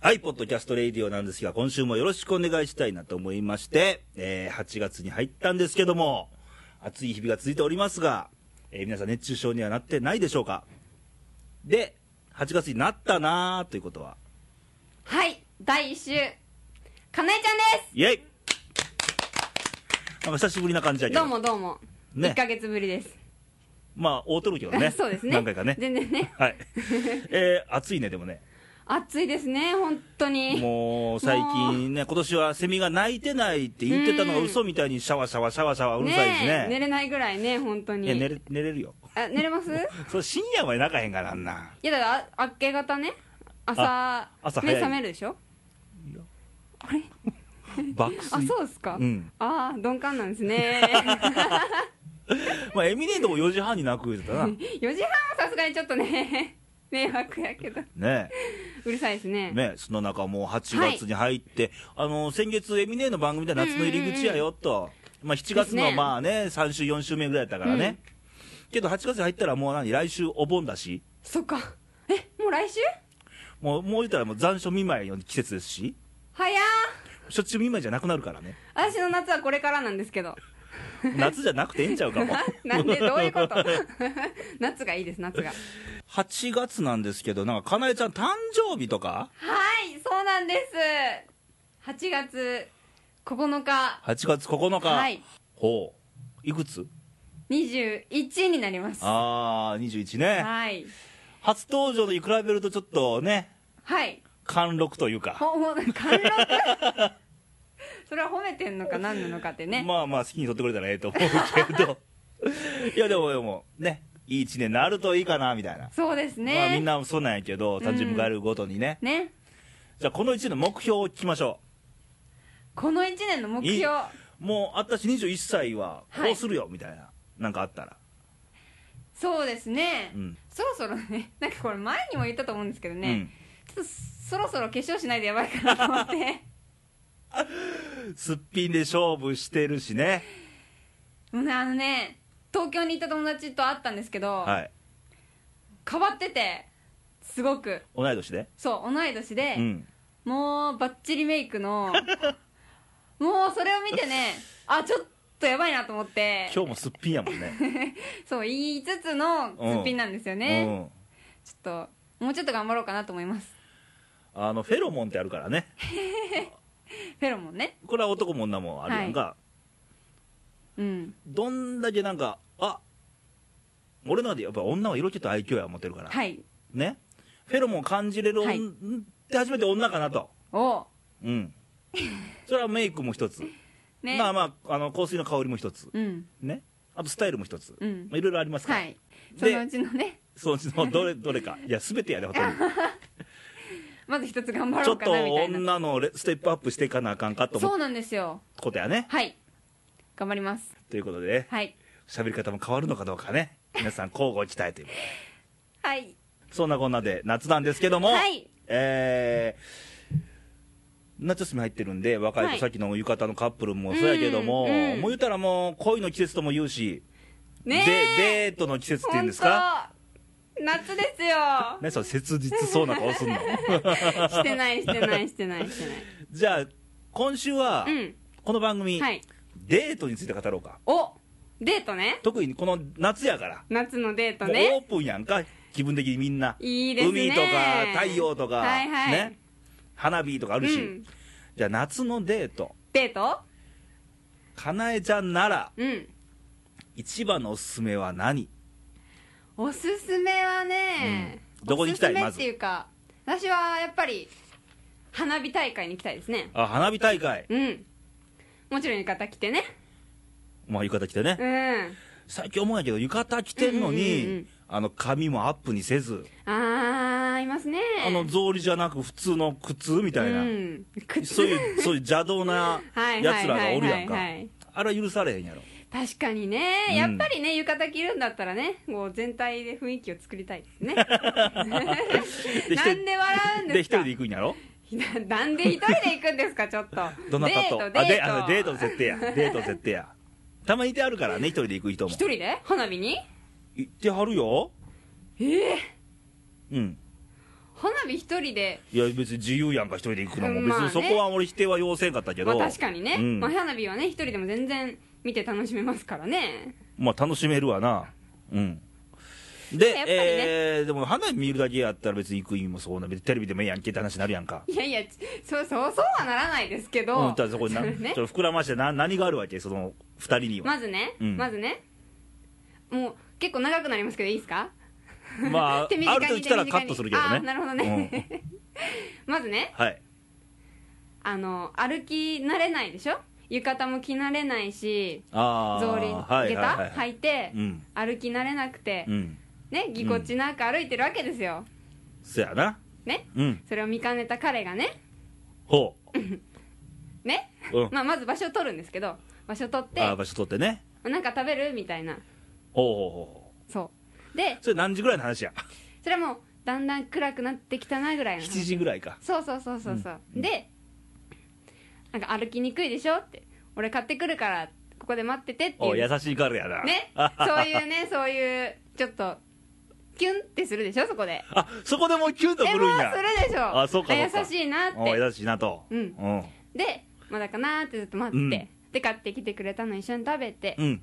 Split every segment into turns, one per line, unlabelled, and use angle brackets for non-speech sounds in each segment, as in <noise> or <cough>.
はい、ポッドキャストレイディオなんですが、今週もよろしくお願いしたいなと思いまして、えー8月に入ったんですけども、暑い日々が続いておりますが、えー皆さん熱中症にはなってないでしょうかで、8月になったなーということは、
はい、第1週、かなえちゃんで
イェイなんか久しぶりな感じだ
す
け
ど
ど、
うもどうも。
ね
1ヶ月ぶりです。
まあ、大とるけどね、
<laughs> そうですね。
何回かね。
全然ね。
はい。えー暑いね、でもね。
暑いですね、本当に。
もう最近ね、今年はセミが鳴いてないって言ってたのが
うん
嘘みたいにシャワシャワシャワシャワうるさいです
ねえ
ね。
寝れないぐらいね、本当に。
いや寝れ寝れるよ。
あ寝れます
<laughs>
い
それ深夜まで泣かへんからあんな。
や、だからあ、明け方ね、朝、
朝
目
早い
覚めるでしょあれ
爆
あ、
睡。
そうですか、
うん
ああ、鈍感なんで
<laughs>
すね。
まあエミネントも4時半に泣く言うてたな。ね
4時半はさすがにちょっとね、 <laughs> 迷惑やけど、うるさいですね。
ねその中もう8月に入って、あの、先月エミネントの番組では夏の入り口やよと。まあ7月
で
の
すね
まあね、3週4週目ぐらいだったからね。けど8月に入ったらもう何、来週お盆だし。
そっか。え、もう来週
もう、もう言ったらもう残暑見舞いの季節ですし。
早ー
しょっちゅう見舞いじゃなくなるからね。
私の夏はこれからなんですけど。
夏じゃなくていいんちゃうかも。
<laughs> なんでどういうこと <laughs> 夏がいいです夏がは
8月なんですけど、なんか、かなえちゃん誕生日とか
いそうなんです8月9日
?8 月9日。
はい
ほう。いくつ
21になります
あー、21ね。
はい
初登場に比べるとちょっとね、
はい
貫禄というか。
ほほ貫禄 <laughs> それは褒めてんのか何なのかってね、
まあまあ、好きに取ってくれたらええと思うけど。いや、でもでも、ね、いい1年になるといいかな、みたいな。
そうですね、
まあみんなそうなんやけど、誕生日迎えるごとにね。
ね
じゃあ、この1年の目標を聞きましょ
この1年の目標
いいいう。もう、私21歳は、こうするよ、みたいな。なんかあったら。
そうですね、
うん。
そろそろねなんかこれ前にも言ったと思うんですけど
う
ね、
ん
ちょっとそろそろ化粧しないでやばいかなと思って
すっぴんで勝負してるしね。
もうねあのね東京に行った友達と会ったんですけど、
はい。
変わっててすごく
同い年で。
そう同い年で、
うん。
もうバッチリメイ
<laughs>
クのもうそれを見てねあちょっとやばいなと思って
今日もすっぴんやもんね。
そう言いつつのすっぴんなんですよね
うん。
ちょっともうちょっと頑張ろうかなと思います
あの、フェロモンってあるからね。
フェロモンね
これは男も女もあるやんか。
うん
どんだけなんか、あ俺なんてやっぱ女は色気と愛嬌や思ってるから。
はい
ね。フェロモン感じれる、
はい
んって初めて女かなと。
お <laughs>
うん。それはメイクも一つ。
ね
まあまあ、あの、香水の香りも一つ。
うん
ね。あとスタイルも一つ。
うん
まあいろいろありますから。
はいそ
で
のうちのね
そのうちのどれ、どれか。いや、すべてやで、ほとんど。
まず一つ頑張
ち
ろ
ょ
う
っ
か
と
なみたいな
女のレステップアップしていかなあかんかと思
そううなんですよ
ことやね。
はい頑張ります
ということでね、
はい
喋り方も変わるのかどうかね、皆さん交互期待ということ
はい
でそんなこんなで夏なんですけども、
はい
えー、夏休み入ってるんで、若い子、
はい
さっきの浴衣のカップルもそうやけども、
うんうん
もう言ったらもう恋の季節とも言うし、
ねえ
でデートの季節っていうんですか、
本当夏ですよ
ね、そう切実そうな顔す
<laughs>
んの。
してないしてないしてないしてない
じゃあ、今週は、
うん
この番組、
はい
デートについて語ろうか。
おデートね
特にこの夏やから、
夏のデート
もうオ
ね
ープンやんか気分的にみんない
いですね
海とか太陽とか、
はいはい
ね花火とかあ
う
るし、
ん
じゃあ夏のデート
デート
かなえちゃんなら
うん
一番のおすすめは何
おすすめはね
うんどこに行きたい
おすすめ
ま
っ
ず
ていうか私はやっぱり花火大会に行きたいですね
あ花火大会、
うんもちろん浴衣着てね
まあ、浴衣着てね、
うん
最近思うんやけど浴衣着てんのに、
うんうんうん
あの髪もアップにせず、
あーいますね
あの草履じゃなく普通の靴みたいな、
うん靴
そういうそういう邪道な
はい
や
は
つ
い
らが
は
お
い
る
は
やん
い
か、
はい
あれは許されへんやろ
確かにね、
うん
やっぱりね浴衣着るんだったらねこう全体で雰囲気を作りたいですね
<laughs> で一
な
人
んで笑うん
で
で
一
すか
人で行くんやろ
な <laughs> なんで一人で行くんですかちょ
<laughs>
っと
どなたと
デート
あ
デ
で
ー
あ
ト
のデートの設定やデートの設定やたまにいてあるからね一人で行く人も
一人で花火に
行ってはるよ
ええ
うん
花火一人で
いや別に自由やんか一人で行くのも、
うんまあね
別にそこは俺否定は要せんかったけ
ま
ど、
あ確かにね、
うん
まあ、花火はね一人でも全然見て楽しめますからね <laughs>
まあ楽しめるわなうん
も
で、
やっぱりね
えーでも花火見るだけやったら別に行く意味もそうな別にテレビでもええやんけって話になるやんか
いやいやちそうそうそうはならないですけど、
うん、ただそこにな、
れ
ちょっ
<laughs> ね
と膨らましてな何があるわけその2人には
まずね、
うん
まずねもう結構長くなりますけどいいですか
まあ
<laughs> 手
あ
短に
る時来たらカットするけどね
あーなるほどね、まずね
うんはい
あの歩き慣れないでしょ浴衣も着慣れないし
ああ
草履
はいは
下
いは
駄
い、
履いて
うん
歩き慣れなくて
うん
ねぎこちなく歩いてるわけですよ
そやな
ね
うん
それを見かねた彼がね
ほ
ね、
う、うん、
まあ、まず場所を取るんですけど場所取って
ああ場所取ってね
なんか食べるみたいな
ほうほうほ
そうで
うそれ何時ぐらいの話や
それはもうだんだん暗くなってきたなぐらいの
7時ぐらいか
そうそうそうそうそう、
うん
でなんか歩きにくいでしょって俺買ってくるからここで待っててって
お
いう
優しい彼やな
ね
あ
そういうねそういうちょっとキュンってするでしょそこで
そこでもうキュンと
で
く
も
るんや
するでしょ
あそうかそうか
優しいなっ
お
て
優しいなと
うん
うん
でまだかなーってずっと待って、
うん
で買ってきてくれたの一緒に食べて、
うん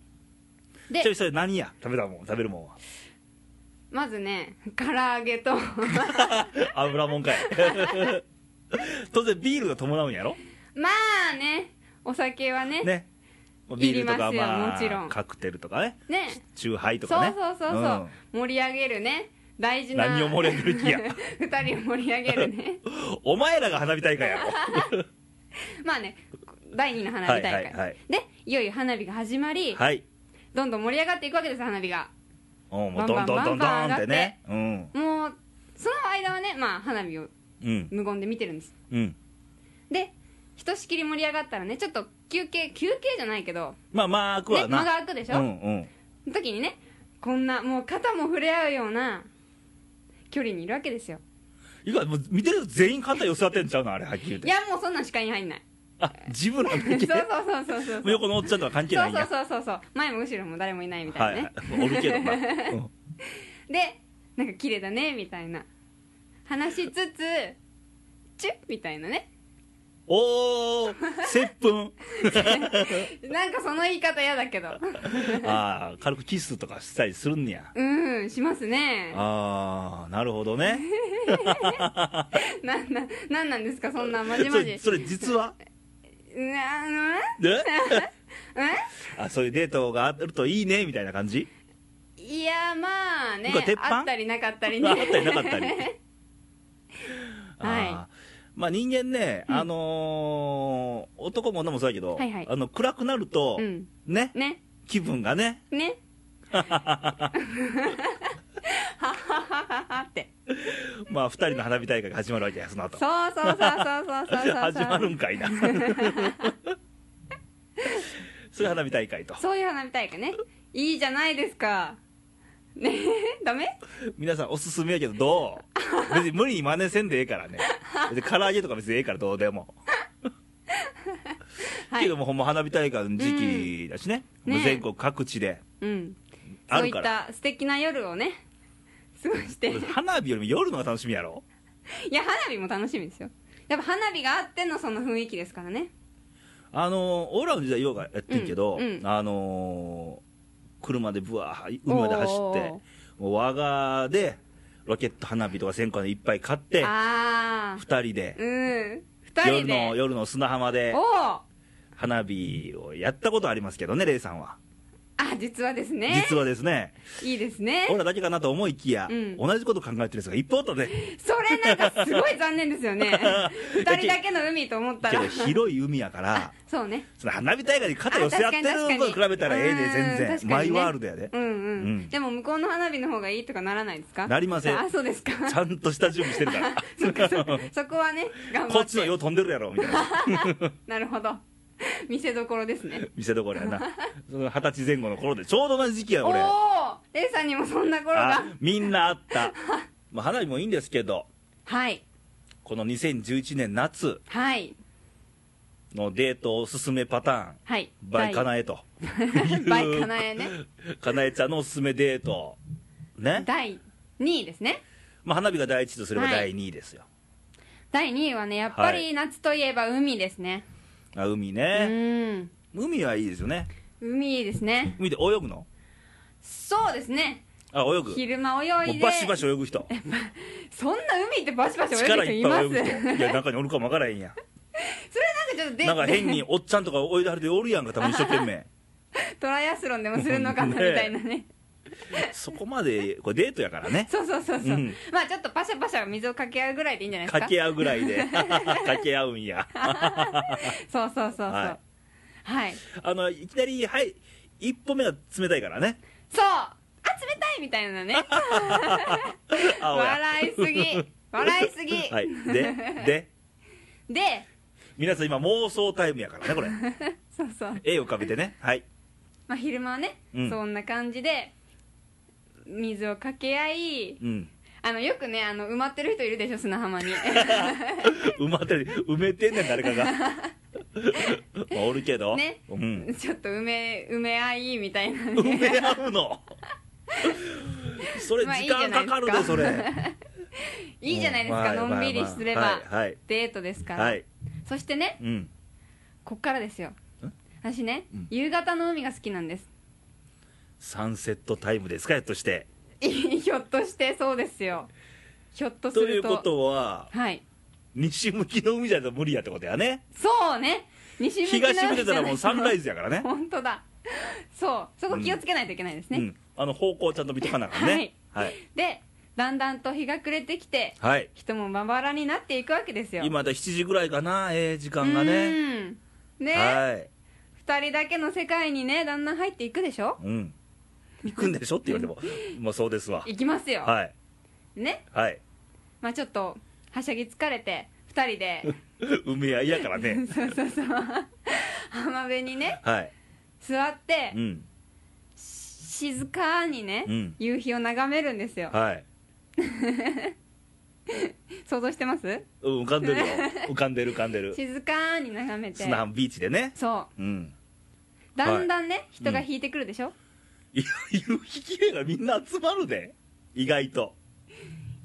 で
ちょいそれ何や食べたもん食べるもんは <laughs>
まずね唐揚げと <laughs>
油もんかい <laughs> 当然ビールが伴うんやろ
まあねお酒はねね
ねビールとか
いりますよ
まあ
もちろん
カクテルとかねチューハイと
そう
か
そう
ね
そうそう、盛り上げるね大事な
何を盛り上げる気や
<laughs> 二人を盛り上げる
<laughs>
ね
うんお前らが花火大会やろ
まあね第二の花火大会、
はいはいはい
でいよいよ花火が始まり、
はい
どんどん盛り上がっていくわけです花火が
うんもうどんどんどんどんってねうん
もうその間はねまあ花火を
うん
無言で見てるんです
うん
でひとしきり盛り上がったらねちょっと休憩休憩じゃないけど、
まあマーク
ね、
は
間が
な
空くでし
う
ょ、
んうん
その時にねこんなもう肩も触れ合うような距離にいるわけですよ
いやもう見てると全員肩寄せ合ってんちゃうのあれはっきり言っ
い
て
やもうそんなん視界に入んない
あ自分らの
そう
意見
そうそうそうそう
横のおっちゃんとは関係
そ
な
う
いんや
そうそうそうそう前も後ろも誰もいないみた
はいい
な
はい、
ね
おるけどな、うん
<laughs> でなんか綺麗だねみたいな話しつつチュッみたいなね
おー接吻
なんかその言い方嫌だけど
ああ軽くキスとかしたりするんや
うんしますね
ああなるほどね
なんななんなんですかそんなまじまじ
それそれ実
<laughs>
は
うんあの
ね
う
あそういうデートがあるといいねみたいな感じ
んいやまあね
僕は鉄板
あったりなかったりね
あったりなかった
<laughs>
り
はい
あーまあ人間ね、あのー男も女もそうやけど、
はいはい
あの暗くなると、
うん
ね
ね
気分がね
ねはははははって
まあ2人の花火大会が始まるわけやその後
そうそうそうそうそうそうそうそう
始まるんかいな <laughs> それ花火大会と
そういう花火大会ねいいじゃないですかねダメ
皆さんおすすめやけどどう別に無理に真似せんでええからね別に唐揚げとか別にええからどうでも、
はい
けどもうほんま花火大会の時期だしね,、
うん
もう
ね
全国各地で
うん
あ
そうい
る
っ
から
た素敵な夜をね過ごしてい
花火よりも夜のが楽しみやろ
や花火も楽しみですよやっぱ花火があってのその雰囲気ですからね
あのー俺らの時代ようがやってんけど、
うんうん
あのー車でぶわー海まで走ってもう我がでロケット花火とか線香でいっぱい買って
ああ
2人で
うん二人
夜の
で
夜の砂浜で
おお
花火をやったことありますけどねレイさんは
あ実はですね
実はですね
いいですね
俺らだけかなと思いきや、
うん
同じこと考えてる人がいっぱいおったね
それなんかすごい残念ですよね
<laughs>
二人だけの海と思った
け
ら
ど広い海やから
そうね
その花火大会に肩寄せ合ってる
あ確かに
のと
確か
比
に
べたらええで
うん
全然、
確かにね
マイワールドやで
うんうん、
うん
でも向こうの花火の方がいいとかならないですか
なりません
あそうですか
ちゃんと下準備してるから
<laughs> そっかそっ
<laughs>
かそこはね頑張
こ
っ
っちの
て
よう飛んでるやろみたいな
なるほど <laughs> 見せどころですね
見せどころやなその二十歳前後の頃でちょうど同じ時期や
おお
俺
ーレイさんにもそんな頃
あ
が
みんなあった、まあ、花火もいいんですけど
はい
この2011年夏
はい
のデートおすすめパターン
はい
バイカ
エ
ナエと
バ
<laughs>
イカナエね
かなえちゃんのおすすめデートね
第2位ですね
まあ、花火が第一とすれば
はい
第2位ですよ、
第2位はねやっぱり夏といえば海ですね、
あ海
う
ね、
ん
海はいいですよね
海ですね
海で泳ぐの
そうですね
あ泳ぐ
昼間泳い
もう
で
バシバシ泳ぐ
<laughs>
人
そんな海ってバシバシ泳ぐ
力
人
いっ
いま
ぱ
す <laughs>
い泳ぐ人いや中におるかもわからへんや
ちょっと <laughs> で
んなんか変
で
におっちゃんとか泳いではる人おるやんか多分一生懸
<laughs>
命 <laughs>
トライアスロンでもするのかなみたいなね
そこまでこれデートやからね
そうそうそうそう、
うん
まあちょっとパシャパシャ水をかけ合うぐらいでいいんじゃないですか
掛け合うぐらいで <laughs>
<laughs>
掛け合うんや
そうそうそうそうは
はいい、あのいきなりはい一歩目は冷たいからね
そうあ冷たいみたいなね
青や
笑いす
<laughs>
ぎ笑いすぎ、
はいでで
で
皆さん今妄想タイムやからねこれ
そうそう
絵を浮かべてねはい
まあ昼間はね、
うん
そんな感じで水をかけ合い
うん
あのよくねあの埋まってる人いるでしょ
<laughs>
砂浜に <laughs>
埋まってる埋めてんねん誰かがまあおるけど
ね
うん
ちょっと埋め埋め合いみた <laughs> いなね
埋め合うのそれ
まあ
時間かかる
い
で
いじゃ
それ
ないです <laughs> いいじゃないですか、
うん
のんびりすれば、
はいはい
デートですから、
はい
そしてね
うん
こっからですよ
ん
私ね、
うん
夕方の海が好きなんです <laughs>
サンセットタイムですかやっとして
ひょっとしてそうですよひょっとす
とい
る
う
と
ことは
はい
西向きの海じゃ無理やってことやね
そうね西向きの
東向
海
け
じ
た
ゃ
ら
な
も
いう
サンライズやからね
<laughs> 本当だそうそこ気をつけないといけないですね、
うん、あの方向ちゃんと見とかなあかんねはい
でだんだんと日が暮れてきて
はい、
人もまばらになっていくわけですよ
今だ7時ぐらいかなええ時間がね
ねね
はい
二人だけの世界にねだんだん入っていくでしょ
うん行くんでしょって言われてもまあそうですわ
行きますよ、
はい
ね
はい
まあちょっとはしゃぎ疲れて2人で
海合いやから
<laughs>
ね
そうそうそう浜辺にね
はい
座って
うん
静かにね、
うん
夕日を眺めるんですよ
はい
想像してます
うん浮かんでる
<laughs>
よ浮かんでる浮かんでる
静かに眺めて
砂浜ビーチでね
そう <laughs>
うん
だんだんね、人が
うん
引いてくるでしょ、
いや夕日綺麗がみんな集まるで意外と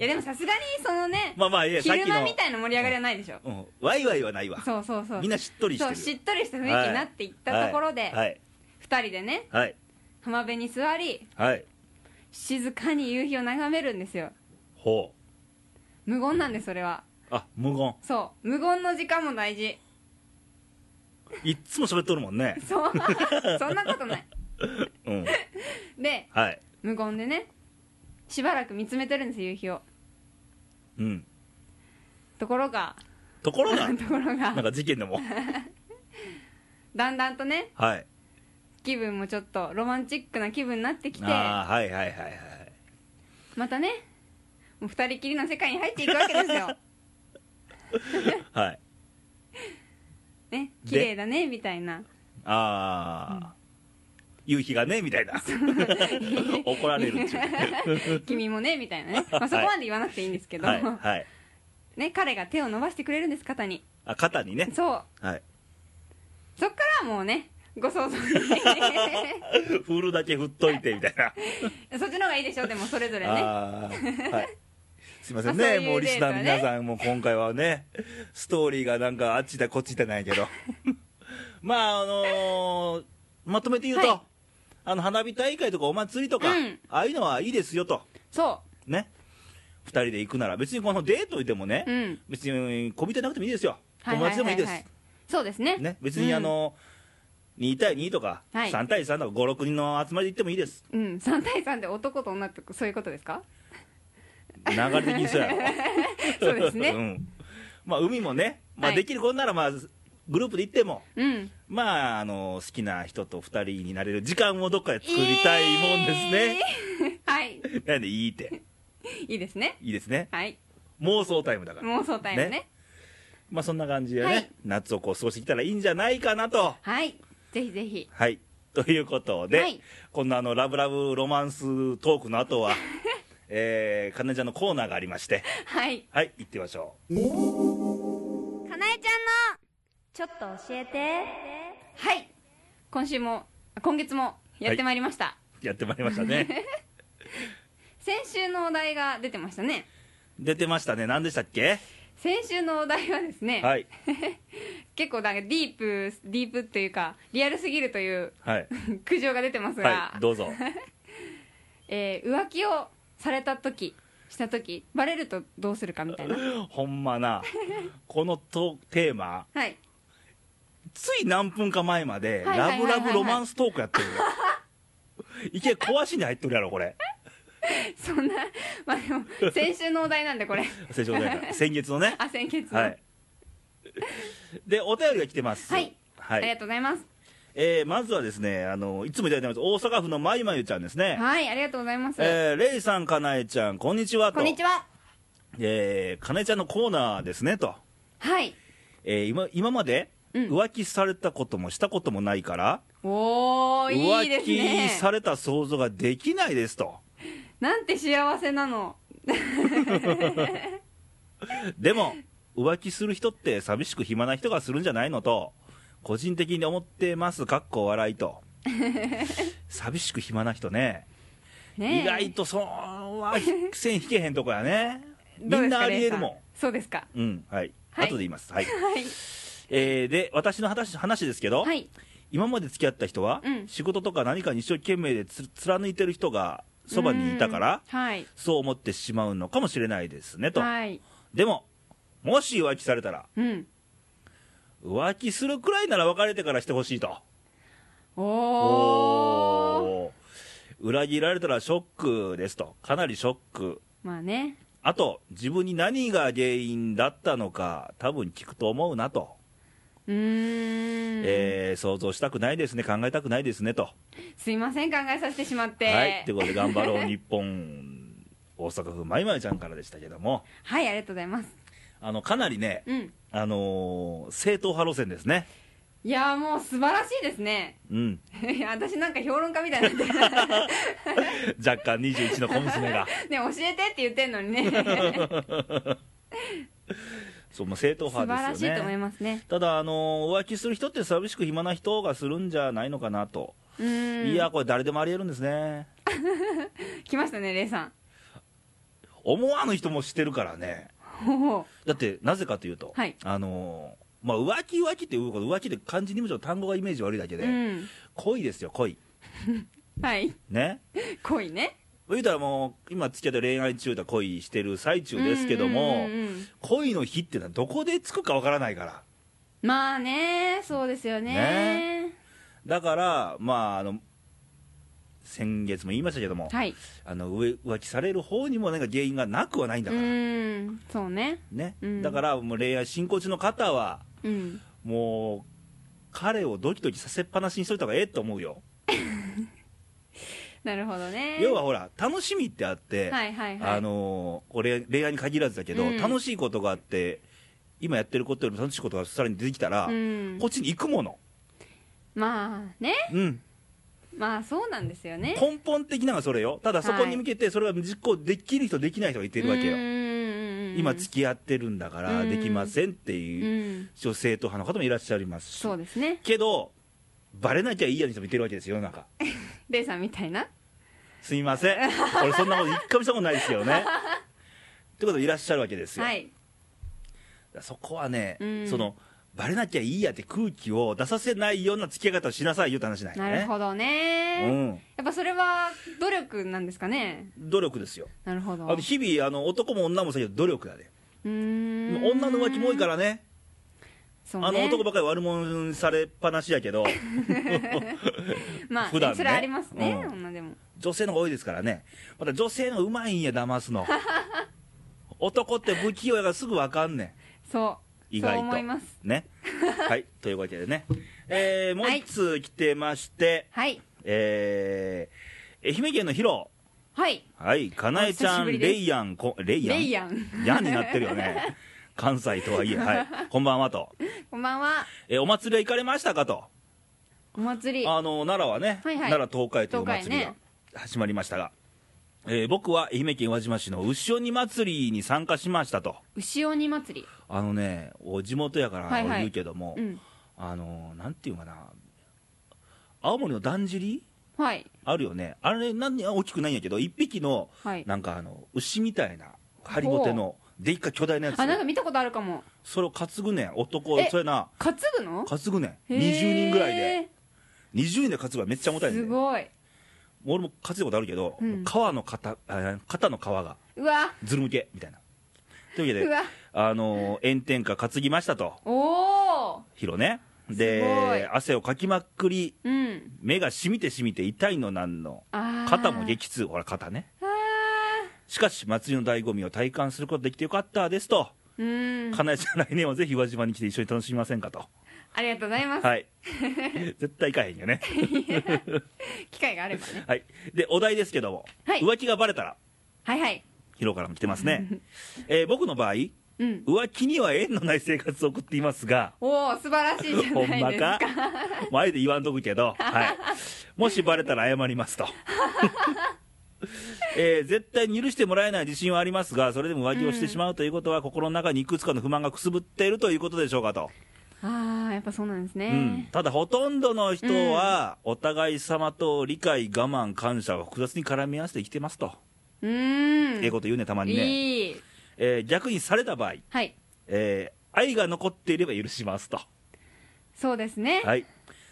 いやでもさすがにそのね、
まあまあいやさっ
昼
き
間
の
みたいな盛り上がりはないでしょ、
うんワイワイはないわ
そうそうそう
みんなしっとりして
そ
る
うしっとりした雰囲気になっていったところで、
はい
2人でね
はい
浜辺に座り
はい
静かに夕日を眺めるんですよ
ほ
無言なんですそれは
うあ無言
そう無言の時間も大事
いっつも喋っとるもんね
そう <laughs> そんなことない
うん
で
はい
無言でねしばらく見つめてるんです夕日を
うん
ところが
ところが
ところ
なん
が
か事件でも
だんだんとね
はい
気分もちょっとロマンチックな気分になってきて
ああはいはいはいはい
またねもう二人きりの世界に入っていくわけです
<laughs>
よ
はい
ね
で
綺麗だねみたいな
ああ、
<laughs>
夕日がねみたいな怒られるっちゅ
君もねみたいなね、まあ、そこまで言わなくていいんですけ
う
ど、
はいはい
ね、彼が手を伸ばしてくれるんです肩に
あ肩にね
そう <laughs>
はい
そっからはもうねご想
<laughs>
像に
振るだけ振っといてみたいな、
そっちの方がいいでしょでもそれぞれね
ああはいすいません
ま
ね
あそういう
もうリスナーの
デー
皆
タ
さんもう今回はねストーリーがなんかあっちだこっちだない
<laughs>
けどまああのーまとめて言うと、
はい
あの花火大会とかお祭りとか、
うん
ああいうのはいいですよと
そ
ね2人で行くなら別にこのデートでもね、
ううん
別に恋人じゃなくてもいいですよ
はい
友
はい
達
はい
でも
はい
いです、
そうですね
ね、別にあの、2対2とか、
はい
3対3とか56人の集まりで行ってもいいです
うん、うん、3対3で男と女ってそういうことで
<laughs>
すか
流れ的にそうやろ
<laughs> そうですね
うんまあ海もね、まあ、
はい
できることならまあグループで行っても
うん
まああの好きな人と2人になれる時間をどっかで作りたいもんですね、
えーはい
なんでいいって
いいですね
いいですね
はい
妄想タイムだから
妄想タイムね
ねまあそんな感じでね、
はい
夏をこう過ごしてきたらいいんじゃないかなと
はいぜひぜひ
はい。 <laughs> ということで、
はい
こんなあの、ラブラブロマンストークの後
<laughs>
は、えー、かなえちゃんのコーナーがありまして、
はい
はい、行ってみましょう。
かなえちゃんのちょっと教えてはい今週もあ今月もやってまいりました、 <laughs>
やってまいりましたね。
先週のお題が出てましたね
出てましたね。何でしたっけ
先週のお題はですね、
はい。
結構なんかディープディープというかリアルすぎるという <laughs>
はい。
苦情が出てますが、
はい。どうぞ。
<laughs> えー浮気をされた時した時バレるとどうするかみ
<laughs>
たいな
ほんまな、このとテーマ、
はい
つい何分か前まで、
はいはいはい
ラ
はい
ブラブロマンストークやってる
<laughs>
よ。いけ、壊しに入っとるやろ、これ。
そんな <laughs> まあでも先週のお題なんでこ
<laughs>
れ
先週のね先月のね。
<laughs> あ先月の
はい。で、お便りが来てます。
はい。
は
あり
い
が。とうございます
えーまずはですね、あの、いつもいただいてます、大阪府のまゆまゆちゃんですね。
はいありがとうございます、
えー、レイさん、かなえちゃん、こんにちはと。
こんにちは
えー、かなえちゃんのコーナーですね、と。
はい
えー今、今まで、
うん
浮気されたこともしたこともないから、
おーいい
浮
です
気
ね
された想像ができないですと。
なんて幸せなの
で
<laughs>
も、浮気する人って寂しく暇な人がするんじゃないのと、個人的に思ってます、かっこ笑い
<laughs>
と。寂しく暇な人ね。
ねえ
意外とそんは線引けへんとこやね。み
<laughs> どうですか
んなありえる
レイ
も
さんそうですか
ん。うん、はい。
はい
後で言います。はい。
はい
えーで、私の話話ですけど、
はい
今まで付き合った人は、
うん
仕事とか何かに一生懸命でつ貫いてる人がそばにいたから、
うんはい
そう思ってしまうのかもしれないですねと。
はい
でも、もし浮気されたら、
うん
浮気するくらいなら別れてからしてほしいと。
おお
おー裏切られたらショックですと。かなりショック。
まあね
あと、自分に何が原因だったのか、多分聞くと思うなと。
うーん、
えー想像したくないですね、考えたくないですねと。
すいません考えさせてしまって
はい、ということで、頑張ろう日本、大阪府まいまいちゃんからでしたけども、
はいありがとうございます
あのかなりね、
うん
あのー正統派路線ですね、
いやーもう素晴らしいですね <laughs>
うん、
いや私なんか評論家みたいになって <laughs>
若干21の小娘が、
ね教えてって言ってんのにね
そうまあ正統
素晴
派
ら
で
し
すよ
いと思い
ね。
ますね
ただ、あのー浮気する人って寂しく暇な人がするんじゃないのかなと、
うーん
いや、これ、誰でもありえるんですね、
来ましたねレイさん
思わぬ人もしてるからね、
ほうほ
だってなぜかというと、
はい
あのーまあ、浮気浮気っていうこと、浮気って漢字2文字の単語がイメージ悪いだけ
う
で、
うん
恋ですよ、恋、
はい
ね。
恋ね
言うたらもう今付き合って恋愛中だ恋してる最中ですけども、
うんうんうんうん
恋の日ってのはどこでつくかわからないから
まあねそうですよね
ねだからまああの先月も言いましたけども、
はい
あの上浮気される方にもなんか原因がなくはないんだ
う
から、
ーんそうね
ね
うん
だからもう恋愛進行中の方は
うん
もう彼をドキドキさせっぱなしにしといた方がええと思うよ、
なるほどね
要はほら楽しみってあって、
はいはいはい
あのーこれ恋愛に限らずだけど、
うん
楽しいことがあって今やってることよりも楽しいことがさらに出てきたら、
うん
こっちに行くもの、
まあね
うん、
まあそうなんですよね
根本的なのがそれよただそこに向けてそれが実行できる人できない人がいてるわけよ、
よ
今付き合ってるんだから
うん
できませんって
う
いうん女性と派の方もいらっしゃいますし
そうですね
けどバレなきゃいいやに人もいてるわけですよ世の中
レイさんみたいな
すみま
<laughs>
せん俺そんなこと一回もしたことないですけどねってことでいらっしゃるわけですよ、
はい
そこはね、
うん
そのバレなきゃいいやって空気を出させないような付き合い方をしなさいよって話なんや
な
ね
るほどね、
うん
やっぱそれは努力なんですかね
努力ですよ
なるほど
あの日々あの男も女もそうだけど努力だね
うーん
女の浮気も多いからね
そうね
あの男ばっかり悪者にされっぱなしやけど
まあね
普段ね
それありますね、
うん
女でも
女性の方が多いですからねまた女性の方がうまいんや騙
<laughs>
すの男って不器用やからすぐ分かんねん
そう
意外と
そう思います
ね
<laughs>
はいというわけでねえー、もう一通来てまして、
はい
えー、愛媛県のヒロ
はい
はい、かなえちゃ
お久し
ん、
ぶりです
レイヤン、こレイヤン
レイヤン
ヤンになってるよね。関西とはいえ、はい。こんばんはと。
<laughs> こんばんは
え、お祭りは行かれましたかと。
お祭り
あの、奈良はね、
はいはい
奈良東海というお祭り
東
が始まりましたが、えー僕は愛媛県宇和島市の牛鬼祭りに参加しましたと。
牛鬼祭り
あのね、お地元やから
はいはい
言うけども、
うん
あの、なんていうかな、青森のだんじり
はい
あるよね。あれ、何大きくないんやけど、一匹の、
はい
なんかあの、牛みたいな、
お
ハリボテのでっかい巨大なやつ
あなんか見たことあるかも
それを担ぐねん男
え
それな
担ぐの
担ぐねん
へー
20人ぐらいで20人で担ぐからめっちゃ重たいね
す
ん
ごい
俺も担いだことあるけど、
うん
皮の肩あ肩の皮が
うわ
ずるむけみたいなというわけ
う
で
わ
あのー炎天下担ぎましたと
おお
ヒロね
すごい
で汗をかきまくり
うん
目がしみてしみて痛いのなんの
あー
肩も激痛ほら肩ね
あ
しかし祭りの醍醐味を体感することできてよかったですと、
ーうん
かなえちゃん来年はぜひ宇和島に来て一緒に楽しみませんかと
ありがとうございます、
はい絶対行かへんよ
<laughs>
ね
機会があればね
はいでお題ですけども、
はい
浮気がバレたら
はいはい
ヒロからも来てますね、えー僕の場合
うん
浮気には縁のない生活を送っていますが
おお素晴らしいじゃ
ほん
ない
ま
ですか
か前で言わんとくけど、はい、もしバレたら謝り
<laughs>
ますと、えー絶対に許してもらえない自信はありますがそれでも浮気をしてしまうということは、心の中にいくつかの不満がくすぶっているということでしょうかと、
ああやっぱそうなんですね、
うん、ただほとんどの人は、お互い様と理解我慢感謝を複雑に絡み合わせて生きてますと、
うーん
ええこと言うねたまにね、
いい
えー逆にされた場合、
はい
えー愛が残っていれば許しますと。
そうですね、
はい、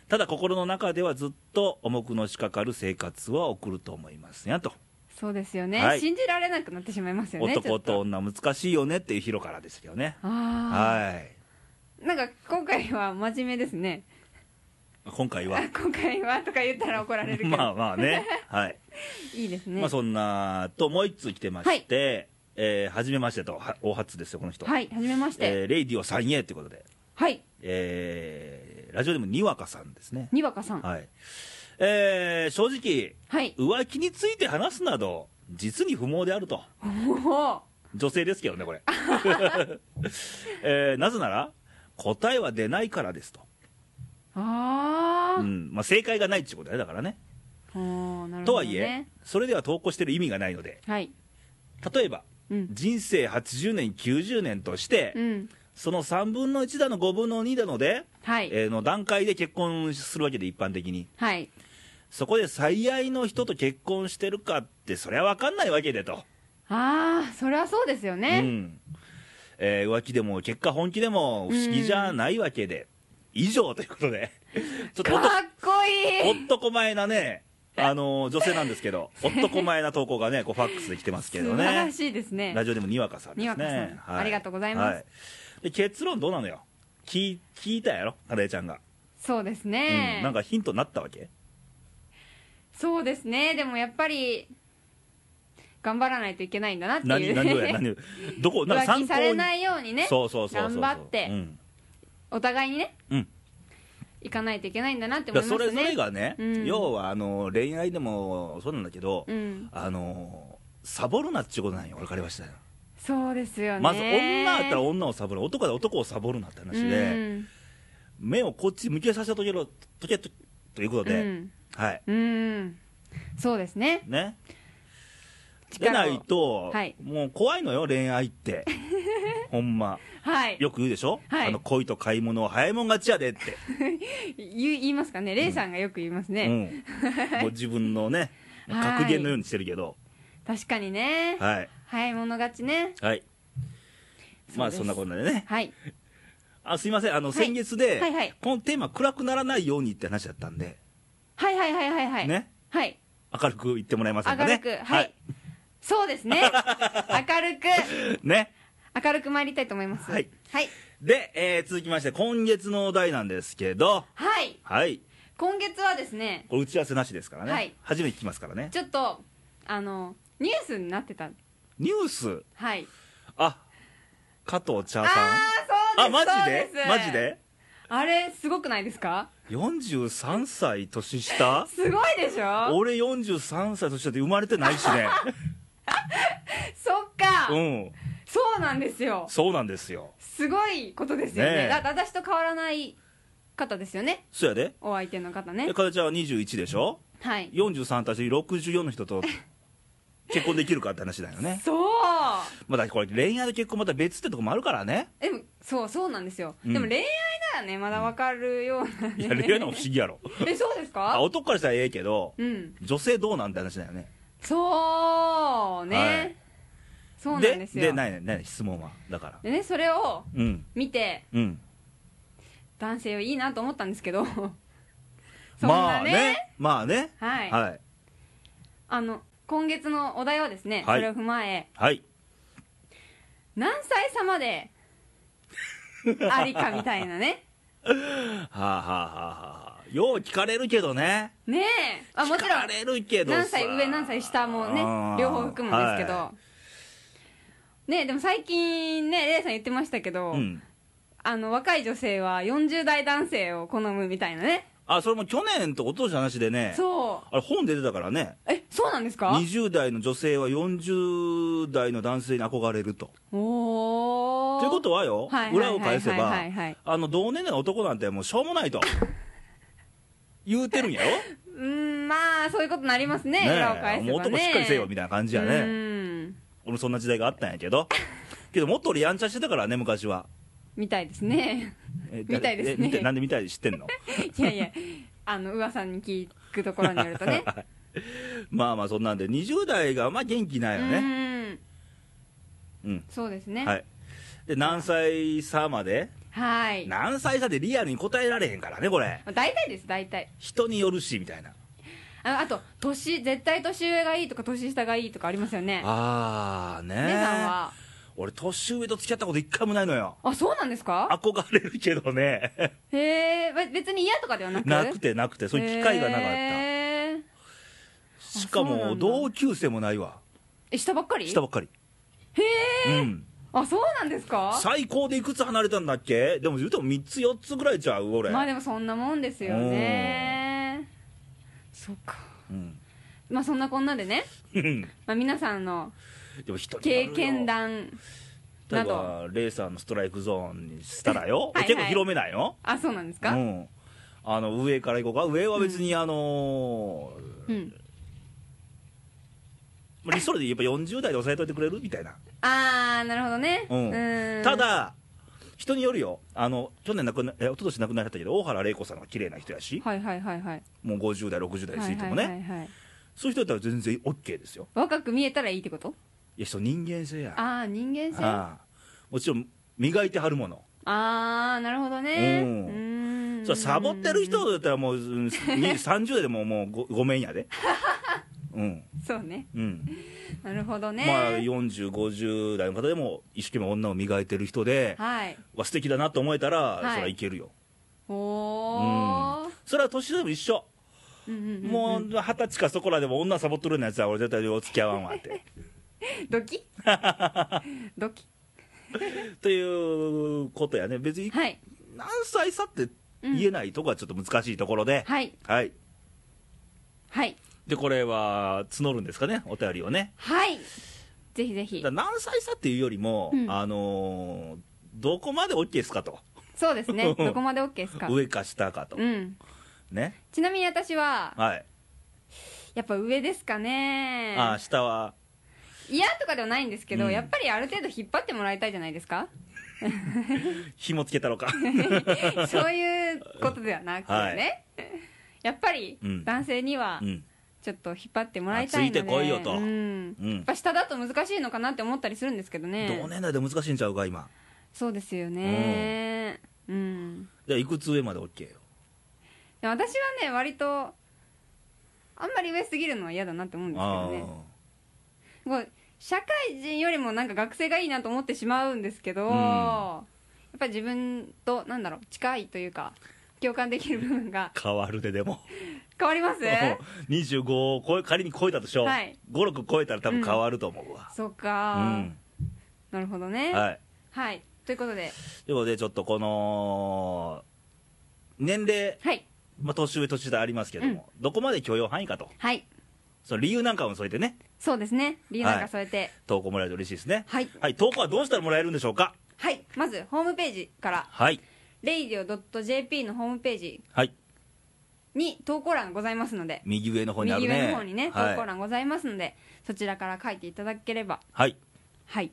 ただ心の中ではずっと重くのしかかる生活は送ると思いますやと
そうですよね、
はい
信じられなくなってしまいますよねちょ
男
っと
と女難しいよねっていうヒロからですよね
あ
はい
あなんか今回は真面目ですね
今回は
あ今回はとか言ったら怒られるけ
<laughs>
ど、
まあまあねはい、
いいです <laughs> ね、
まあそんなともう一通来てまして、えー初めましてとは大初ですよこの人
はいはじめまして、
えーレイディオ 3A ということで、
はい
えーラジオでもにわかさんですね
にわかさんはい、
はいえー正直浮気について話すなど実に不毛であると
おお
女性ですけどねこれ、 <laughs> えーなぜなら答えは出ないからですと、
あ
う
ー
んまあ、正解がないっていうことだねだからね
おーなるほど、ね、
とはいえそれでは投稿してる意味がないので
はい
例えば
うん
人生80年90年として、
うん
その3分の1だの5分の2だので、
はい、
えーの段階で結婚するわけで一般的に
はい
そこで最愛の人と結婚してるかってそりゃ分かんないわけでと、
ああそれはそうですよ
う
ね、
んえー浮気でも結果本気でも不思議じゃないわけで、以上ということ
<laughs>
でちょっと
かっ
男
こいい
男前なねあのー女性なんですけど男前な投稿がねこうファックスで来てますけど
素晴ら
ね
しいですね
ラジオでもにわかさんです
にわ
ね
かさんありがとうございます
で結論どうなのよ聞い聞いたやろカレーちゃんが、
そうです
う
ね
ん、、なんかヒントになったわけ
そうですねでもやっぱり頑張らないといけないんだなってい
何
う
何をや何をど
<laughs>
こなんか
浮
参
気
考
され
に
ないようにね
そうそうそうそうそう
頑張って
うん、
お互いにね
うん
行かないといけないんだなって思
だ
い
か
ま
ら
した
そ
ね
れぞれがね、
うん
要はあの恋愛でもそうなんだけど、
うん
あのサボるなっちゅうことなんよ俺から言わしたよ
そうですよね
まず女だったら女をサボる男だったら男をサボるなって話で、目をこっち向けさせとけろとけとということ
うん
で、はい
うん、うんそうですね
ねで
力を
ないと、
はい
もう怖いのよ恋愛って
<laughs>
ほんま
はい
よく言うでしょ、
はい
あの恋と買い物は早いもん勝ちやでって、
言言いますかねレイさんがよく言います
う
ね、
ん、もう自分のね
<laughs> はい
格言のようにしてるけど
確かにね、
はい
早い者勝ちね
はいまあ
そうです
そんなことでね
はい
あすいませんあの
い
先月で、
はいはい
このテーマ暗くならないようにって話だったんで、
はいはいはいはいはい
ね
はい
明るく言ってもらえませんか
明
ね
るくはい、そうで
<laughs>
すね明るく
はいね
明るく参りたいと思います
はい
はい、
で、えー続きまして今月のお題なんですけど
はい
はい
今月はですね
これ打ち合わせなしですからね、
はい
初めて聞きますからね
ちょっとあのニュースになってた
ニュース
はい
あ加藤茶
あ
さん
あーそう
マ
です
ジ
そ
で
うす
マジで
あれすごくないですか
43歳年下
すごいでしょ
俺43歳年下って生まれてないし
<laughs>
ね
そっか、
うん
そうなんですよ
そうなんですよ
すごいことですよ
ね
ね
え
だって私と変わらない方ですよね
そうやで
お相手の方
で
ね
かちゃんは21でしょ
はい
43対して64の人と結婚できるかって話だよ
<laughs>
ね、
そう
まあ、だからこれ恋愛と結婚また別ってとこもあるから
<laughs>
ね
でもそうそうなんですよ、
うん
でも恋愛ならねまだわかるような、ね、
いや恋愛の方が不思議や
<laughs>
ろ
えそうです
あ
か
男からしたらええけど
うん
女性どうなんて話だよね
そうね、
はい
そうなんですよ
で、ないない、質問は。だから。
でねそれを
うん。
見て
うん。
男性はいいなと思ったんですけどそん
ま
な
あ
ね,、
ね。まあね。
はい、
はい。
あの今月のお題はですね、
はい
それを踏まえ
はい。
何歳差までありかみたい
<laughs>
なね
はあはあはあはあ。よう聞かれるけどね。
ねえあもちろ
聞かれるけ
ん
どさ
何歳上何歳下もね
あー
両方含むんですけど、
は
ねえでも最近ねレイさん言ってましたけど、
いうん。
あの若い女性は40代男性を好むみたいなね
あ、それも去年と一昨年の話でね。
そ
あれ本出てたからね。
うえそうなんですか
20代の女性は40代の男性に憧れると。
おお
ということはよ、
はいはいはい
裏を返せば
はいはいはい、
あの同年代の男なんてもうしょうもない
<laughs>
と言うてるんやろ、
うーんまあそういうことになりますね
ね
裏を返
え、
せば、
も
ね、
う男しっかりせよみたいな感じや
う
ね、
ーん
俺もそんな時代があったんやけど、けどもっと俺やんちゃしてたからね、昔は。
みたいですね
え
みたいですね
え見てなんでみたい知ってんの
<laughs> いやいやあの噂に聞くところによると
<laughs>
ね
まあまあ、そんなんで、20代がまあ元気な
う
いよね、
ーん
うん
そうですね
はい、で何歳差まで、
はい
何歳差でリアルに答えられへんからね、これ、
まあ大体です大体
人によるしみたいな。
あのあと年絶対年上がいいとか年下がいいとかありますよね
あーね
姉さんは
俺年上と付き合ったこと一回もないのよ
あそうなんですか
憧れるけどね
へえべ別に嫌とかではなく
なくてなくてそういう機会がなかっ
へー
たしか
そうな
も
んだ
同級生もないわ
え下ばっかり
下ばっかりへえ、うん、
あそうなんですか
最高でいくつ離れたんだっけでも言うても3つ4つぐらいちゃう俺、
まあでもそんなもんですよねそっか
うん、
まあそんなこんなでね、
<laughs>
まあ、皆さんの
でも人による
経
よ
験談
例え
など
ばレーサーのストライクゾーンにしたらよ
はいはい
結構広めないよ、
あそうなんです
う
か
ん、あの上から行こうか上は別にあのー
うん
まあ理想で言えば40代で抑えといてくれるみたいな
ああなるほどね
うん
ーん
ただ人によるよあの去年亡くなえ一昨年亡くなりはったけど大原玲子さんが綺麗な人やし
はいはいはいはい
もう50代60代についてもね、
はいはいはいはい
そういう人だったら全然 OK ですよ
若く見えたらいいってこと
いや人人間性や
ああ人間性あ
ああもちろん磨いてはるもの、
あーなるほどね
う
うんーん
それサボってる人だったらもう、う
<laughs>
ん、に30代でももうごごめんやでうん
そうね
うん、
なるほどね、
まあ4050代の方でも一生懸命女を磨いてる人で、
はい
わ素敵だなと思えたら、
い
それはいけるよ
おお、
それは年でも一緒
うんうんうんうん
もう二十歳かそこらでも女サボっとるようなやつは俺絶対お付き合わんわって
<laughs> ド
<laughs>
キドキ
ということやね別に
はい
何歳差って言えないとこはちょっと難しいところで、
はい
はい
はい
でこれは募るんですかねお便りをね
はいぜひぜ
だ
ひ
から何歳差っていうよりも、
うん
あのーどこまで OK ですかと
そうですねどこまで OK ですか
上か下かと、
うん
ね
ちなみに私は
はい、
やっぱ上ですかね
ああ下は
嫌とかではないんですけど、
うん
やっぱりある程度引っ張ってもらいたいじゃないです
<laughs>
か
紐つけたろ
<laughs>
か
そういうことではなくてね、
は
やっぱり
うん
男性には
うん
ちょっと引っ張ってもらいたいので
あついてこいよと
うん
うん
やっぱ下だと難しいのかなって思ったりするんですけどね
同年代で難しいんちゃうか今
そうですよねうん、
じゃあいくつ上まで OK よ
でも私はね割とあんまり上すぎるのは嫌だなって思うんですけどねこう社会人よりもなんか学生がいいなと思ってしまうんですけど、
うん
やっぱり自分となんだろう近いというか共感できる部分が
あー変わるででも
変わります <laughs>
うん25を超え仮に超えたとしょ、
はい
56超えたら多分変わると思うわ
そっ
う
か、
ん、
なるほどねはい、
はい
ということで
ということでちょっとこの年齢、
はい
まあ、年上年下ありますけども、どこまで許容範囲かと
はい
その理由なんかも添えてね
そうですね理由なんか添えて
投稿もらえると嬉しいですね
はい
はい投稿はどうしたらもらえるんでしょうか
はい、まずホームページから
はい
「radio.jp」のホームページ
はい
に投稿欄ございますので
右上の方にあるね
右上の方にね投
はい
稿欄ございますので、そちらから書いていただければ
はい
はい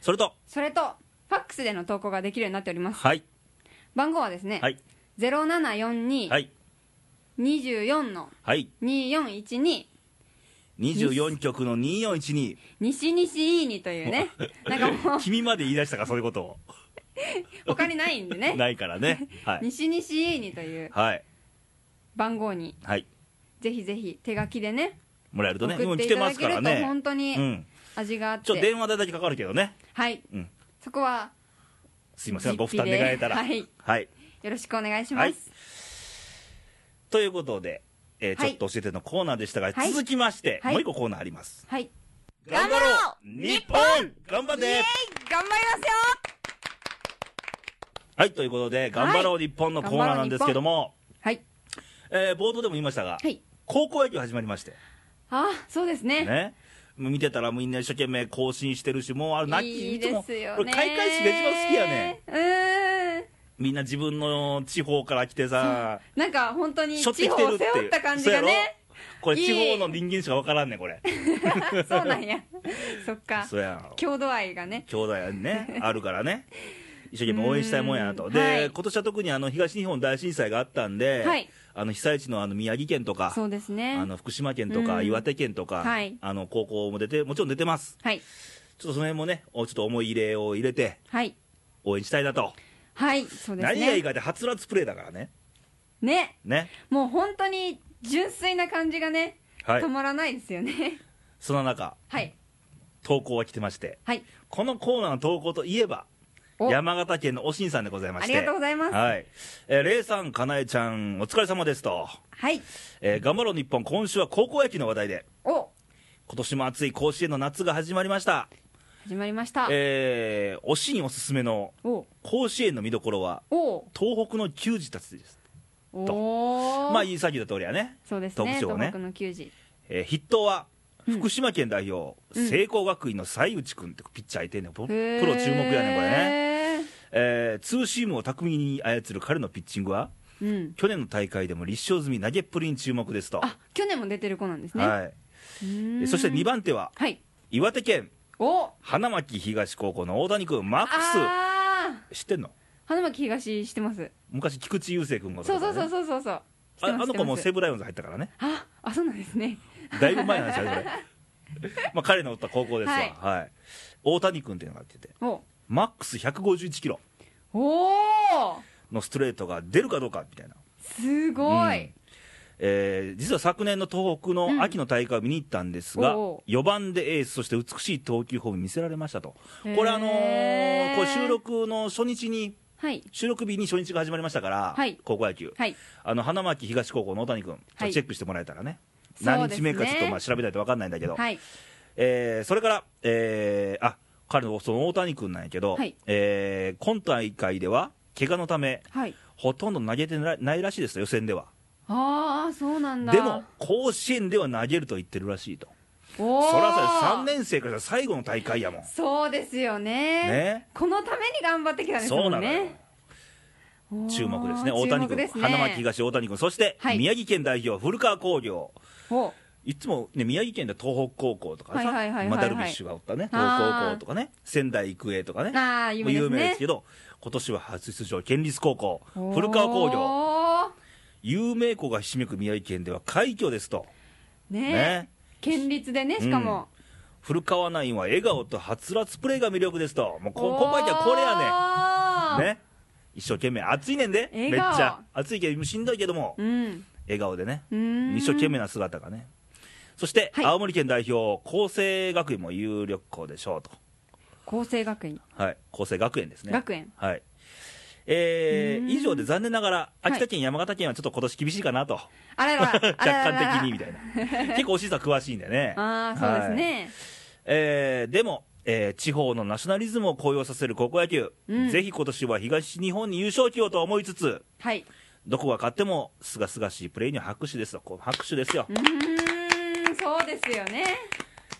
それと
それとファックスでの投稿ができるようになっております
はい
番号はですね、
はい
0742
はい
24の
はい
2412
24局の2412
<laughs> 西西いいにという
<laughs>
ねなんかもう
君まで言い出したかそういうことを
他にないんでね
ないからね
<laughs>
はい
西西いいにという
はい、
番号に
はい、
ぜひぜひ手書きでね
もらえるとね
送
も
っ
う
て
来
い
て
た
ま
だ
す
け
から
ると
ね
本当
う
に
ん
味があっ
ちょ
て、
っと電話代だけかかるけどね
はい
うん
そこは
すいませんご負担願えたら
実費で
はい、
よろしくお願いします、
はいということで、えー
はい
ちょっと教えてのコーナーでしたが、
はい
続きまして、
はい
もう一個コーナーあります
はい。
頑
頑
張
張
ろ
ろ
う
う
日本頑張っ
イエ
て
イ頑張りますよ
はい、ということで、頑張ろう日本のコーナーなんですけども、
はい。
えー冒頭でも言いましたが、
はい。
高校野球始まりまして、
あ、そうですね。
ね。もう見てたらみんな一生懸命更新してるし、もうあれ、なき
いいですよ
俺
ね。
開会式が一番好きやね。
うーん。
みんな自分の地方から来てさ、
なんか本当に
しょってき
地方
てるっ
を
て
背
い
負
う。
った感じ
そうやろ
がね。
これ
いい
地方の人間しかわからんねんこ
<laughs>
れ。
そうなんや。 <laughs> そっか。
そうやん。
郷土愛がね。
兄弟は
<laughs>
ね、あるからね。一生懸命応援したいもんやな
う
と。
ん
で、
はい
今年は特にあの東日本大震災があったんで、
はい
あの被災地のあの宮城県とか、
そうですね
あ。の福島県とか
うん
岩手県とか、
はい
あの高校も出て、もちろん出てます、
はい。
ちょっとその辺もね、おちょっと思い入れを入れて、
はい。
応援したいなと、
はい。そうですね。
何がいいかって、はつらつプレーだからね、
ね。
ね、
もう本当に純粋な感じがね、
はい
止、まらないですよね。 <laughs>
その中、
はい。
投稿が来てまして、
はい。
このコーナーの投稿といえば、
お
山形県のおしんさんでございまして、
ありがとうございます
はい、えー、れいさん、かなえちゃん、お疲れ様ですと、
はい。
えー頑張ろう日本、今週は高校野球の話題で、
お
今年も暑い甲子園の夏が始まりました、
始まりました。
えー、おしんおすすめの
お
甲子園の見どころは、
お
東北の球児たちです。
お
と
お
まあ、いい先だとりはね、
そうですね
特徴ね
東北の球児
えー筆頭は
うん
福島県代表、
うん
聖光学院の西内君ってピッチャーいてんねん、プロ注目
へー
やねん、これね、えーツーシームを巧みに操る彼のピッチングは、
うん
去年の大会でも立証済み投げっぷりに注目ですと、
あ去年も出てる子なんですね、
は
う
い
ー
え
ん
そして2番手は、
はい
岩手県
お
花巻東高校の大谷君、マック
あ
ス、知ってんの
ー花巻東してます
昔、菊池雄星君が、
そうそうそうそうそうそう知って
あ
ます
あの子も
知
西
ってます
武ライオンズ入ったからね、
ああそうなんですね
だいぶ前の話だよ、これ。
<laughs>
まあ彼の打った高校ですわ、
はい
はい、大谷君っていうのが出てて、
お
マックス151キロ、
おー
のストレートが出るかどうかみたいな、
すごい、
うんえー実は昨年の東北の秋の大会を見に行ったんですが、
おう
4番でエース、そして美しい投球フォーム見せられましたと、
へー
これ、あのーこれ収録の初日に、
はい
収録日に初日が始まりましたから、
はい
高校野球、
はい
あの花巻東高校の大谷君、ちょっとチェックしてもらえたらね。
そ
何
うで
日
すね
目かちょっとまあ調べないと分かんないんだけど、
はい
えーそれから、えーあ彼のその大谷君なんやけど、
はい
えー今大会では怪我のため、
はい
ほとんど投げてないないらしいですよ、予選では。
ああそうなんだ
でも、甲子園では投げると言ってるらしいと、
おー
そらさ、3年生から最後の大会やもん、
そうですよね
ね
このために頑張ってきたんです
そう
も
なんのよ
ね、おー
注目ですね、大
注
谷
目
君、
ですね
花巻東、大谷君、そして、
はい
宮城県代表、古川工業、
お
いつも、ね、宮城県で東北高校とかさ、
はいはいはいはいはい
まあダルビッシュがおったね、東北高校とかね、仙台育英とかね、
ああ有名です
有名で
ね
すけど、今年は初出場、県立高校、古川工業、
業
有名校がひしめく宮城県では快挙ですと。
ね
ね
県立でねしかも、
古川ナインは笑顔とはつらつプレーが魅力ですと、もうこ
おー
今回はこれやねん、ね、一生懸命、暑いねんで、めっ
笑
ち
顔
ゃ、暑いけど、しんどいけども、
うん
笑顔でね、
うーん
一生懸命な姿がね、そして、
はい
青森県代表、厚生学院も有力校でしょうと、
厚生学院
はい、厚生学園ですね。
学園
はいえー
うーん
以上で残念ながら、
はい
秋田県、山形県はちょっと今年厳しいかなと、
あらら
<laughs> 若
あららら
干的にみたいな、結構、おしいさん詳しいんでね、
ああそうです
はい
ね、
えーでも、えー地方のナショナリズムを高揚させる高校野球、
うん
ぜひ今年は東日本に優勝旗をと思いつつ、
はい、
どこが勝ってもすがすがしいプレーには拍手ですと、こう拍手ですよ、
うーんそうですよね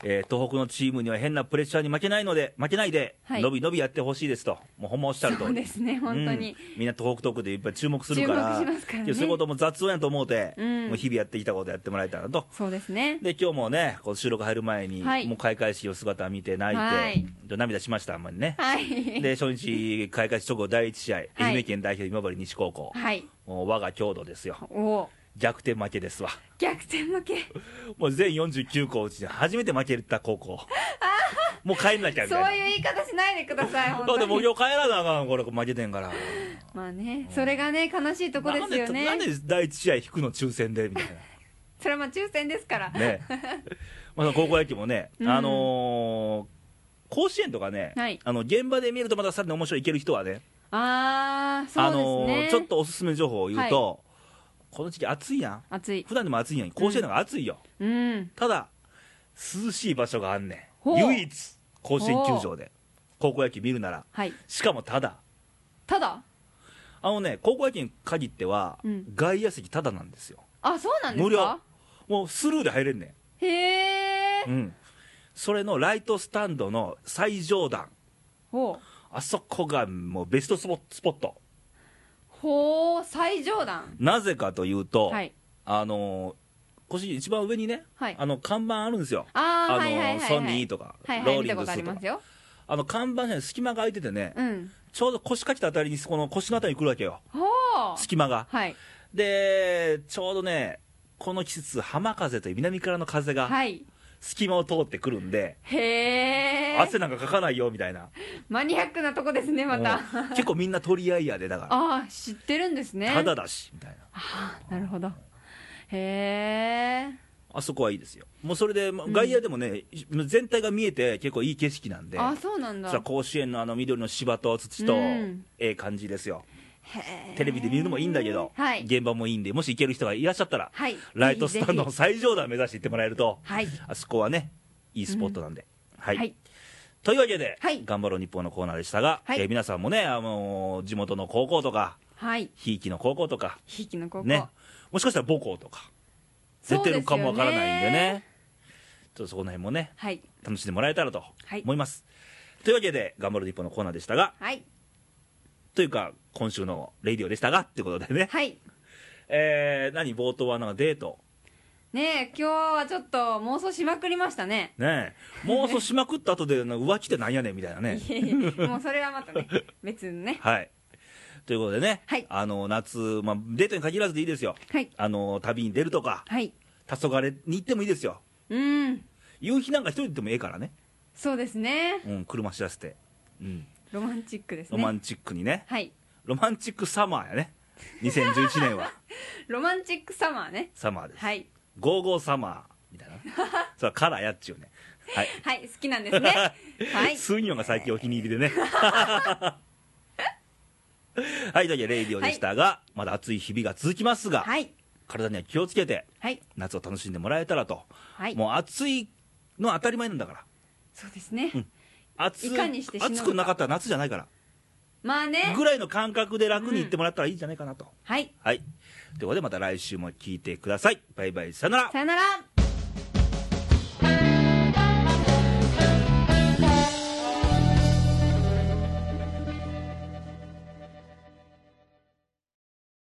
えー東北のチームには変なプレッシャーに負けないので、負けないで、
はい
のびのびやってほしいですと、もうほんまおっしゃる通
そう
り。
ですね本当に、
うんみんな東北トークでいっぱい注目するから
注目しますからね
いやそういうことも雑音やと思うて、
うん
もう日々やってきたことやってもらえたらなと
そうですね
で今日もねこう収録入る前に、
はい
もう開会式の姿見て泣いて、
はい
で涙しましたあんまりね、
はい
で初日開会直後第1試合、愛媛県代表今治西高校、
はい
もう我が郷土ですよ
お
逆転負けですわ。
逆転負け
もう全49校うちで初めて負けた高校。もう帰んなきゃみ
そう
たいな。
いう言い方しないでくだ
<laughs>
さい本
だ
当
ってもう
に
今日帰らなあかん、これ負けてんから。
まあねそれがね悲しいとこですよね
なんでなんで第一試合引くの抽選でみたい
それはまあ抽選ですから、
な。
<laughs>
ね。まあその高校野球もね、
うん
あのー甲子園とかね、
はい
あの現場で見るとまたさらに面白いいける人はね
ああ
あ
そう
の
ですね、
ーちょっとおすすめ情報を言うと、この時期暑いやん
暑い
普段でも暑いやん甲子園の方が暑いよ、
うん
ただ涼しい場所があんね
ほ
ん
う
唯一甲子園球場で高校野球見るなら
はい
しかもただ
ただ
あのね高校野球に限っては、
うん
外野席ただなんですよ
あそうなんですか
無料もうスルーで入れんね
へえ
ん、うん、それのライトスタンドの最上段
ほう
あそこがもうベストスポスポット
ほう最上段
なぜかというと、
はい
あの腰一番上にね、
はい
あの看板あるんですよ
ああ
の
はいはいはい、はい、
ソニーとか、
はいは
ロー
い見
リ
た
ン
こ
グ
とあ
ス
り
と
ます
か
よ
あの看板に隙間が空いててね、
うん
ちょうど腰かきたあたりにこの腰のあたりに来るわけよ
ほう
隙間が
はい
でちょうどねこの季節浜風という南からの風が
はい
隙間を通ってくるんで、
へえ
汗なんかかかないよみたいな、
マニアックなとこですねまた
うん結構みんな取り合いやでだか
ああ知ってるんですね
らただだしみたいな
ああなるほどへえ
あそこはいいですよもうそれでま外野でもね、全体が見えて結構いい景色なんで
あそうなんだ
そしたら甲子園のあの緑の芝と土と、
うん
ええ感じですよ
へえ
テレビで見るのもいいんだけど、
はい
現場もいいんでもし行ける人がいらっしゃったら、
はい
ライトスタンド
ぜ
の最上段目指して行ってもらえると、
ひはい
あそこはねいいスポットなんで、はい、
はい
というわけで、
はい
頑張ろう日本のコーナーでしたが、
はい
えー皆さんもね、あのー地元の高校とか
はい
ひいきの高校とか
ひいきの高校
ねもしかしたら母校とか
そ
出
うです
て
よね
るかもわからないんでねちょっとそこら辺もね
はい
楽しんでもらえたらと
はい
思います、というわけで頑張ろう日本のコーナーでしたが
はい
というか今週のレディオでしたがってことでね、 <laughs>
はい
えー何冒頭はなんかデート
ねえ今日はちょっと妄想しまくりまし
<laughs>
たね
ねえ妄想しまくった後でな浮気ってなんやねんみたいなね
いやいやもうそれはまたね別にね
はいということでね、
はい
あの夏、まあ、デートに限らずでいいですよ
はい
あの旅に出るとか
はい
黄昏に行ってもいいですよ
うん
夕日なんか一人でもええからね、
そうですね
うん、車知らせて、うん、
ロマンチックです
ロ
ね
マンチックにね
はい
ロマンチックサマーやね2011年
<laughs>
は
ロマンチックサマーね
サマーです、
はい
ゴーゴーサマーみたいなそれはカラーやっちゅうねはい
はい好きな
<laughs>
んですねはい
スンヨンが最近お気に入り
<laughs>
でねはいというわけでレイディオでしたが、まだ暑い日々が続きますが、
はい
体には気をつけて
はい
夏を楽しんでもらえたらと、
はい
もう暑いのは当たり前なんだから
そうですね、
暑
いかにしてしのぐ
暑
か
くなかったら夏じゃないから
まあね
ぐらいの感覚で楽に行ってもらったらいいんじゃないかなと、
はい
はいということでまた来週も聞いてくださいバイバイさよなら
さよなら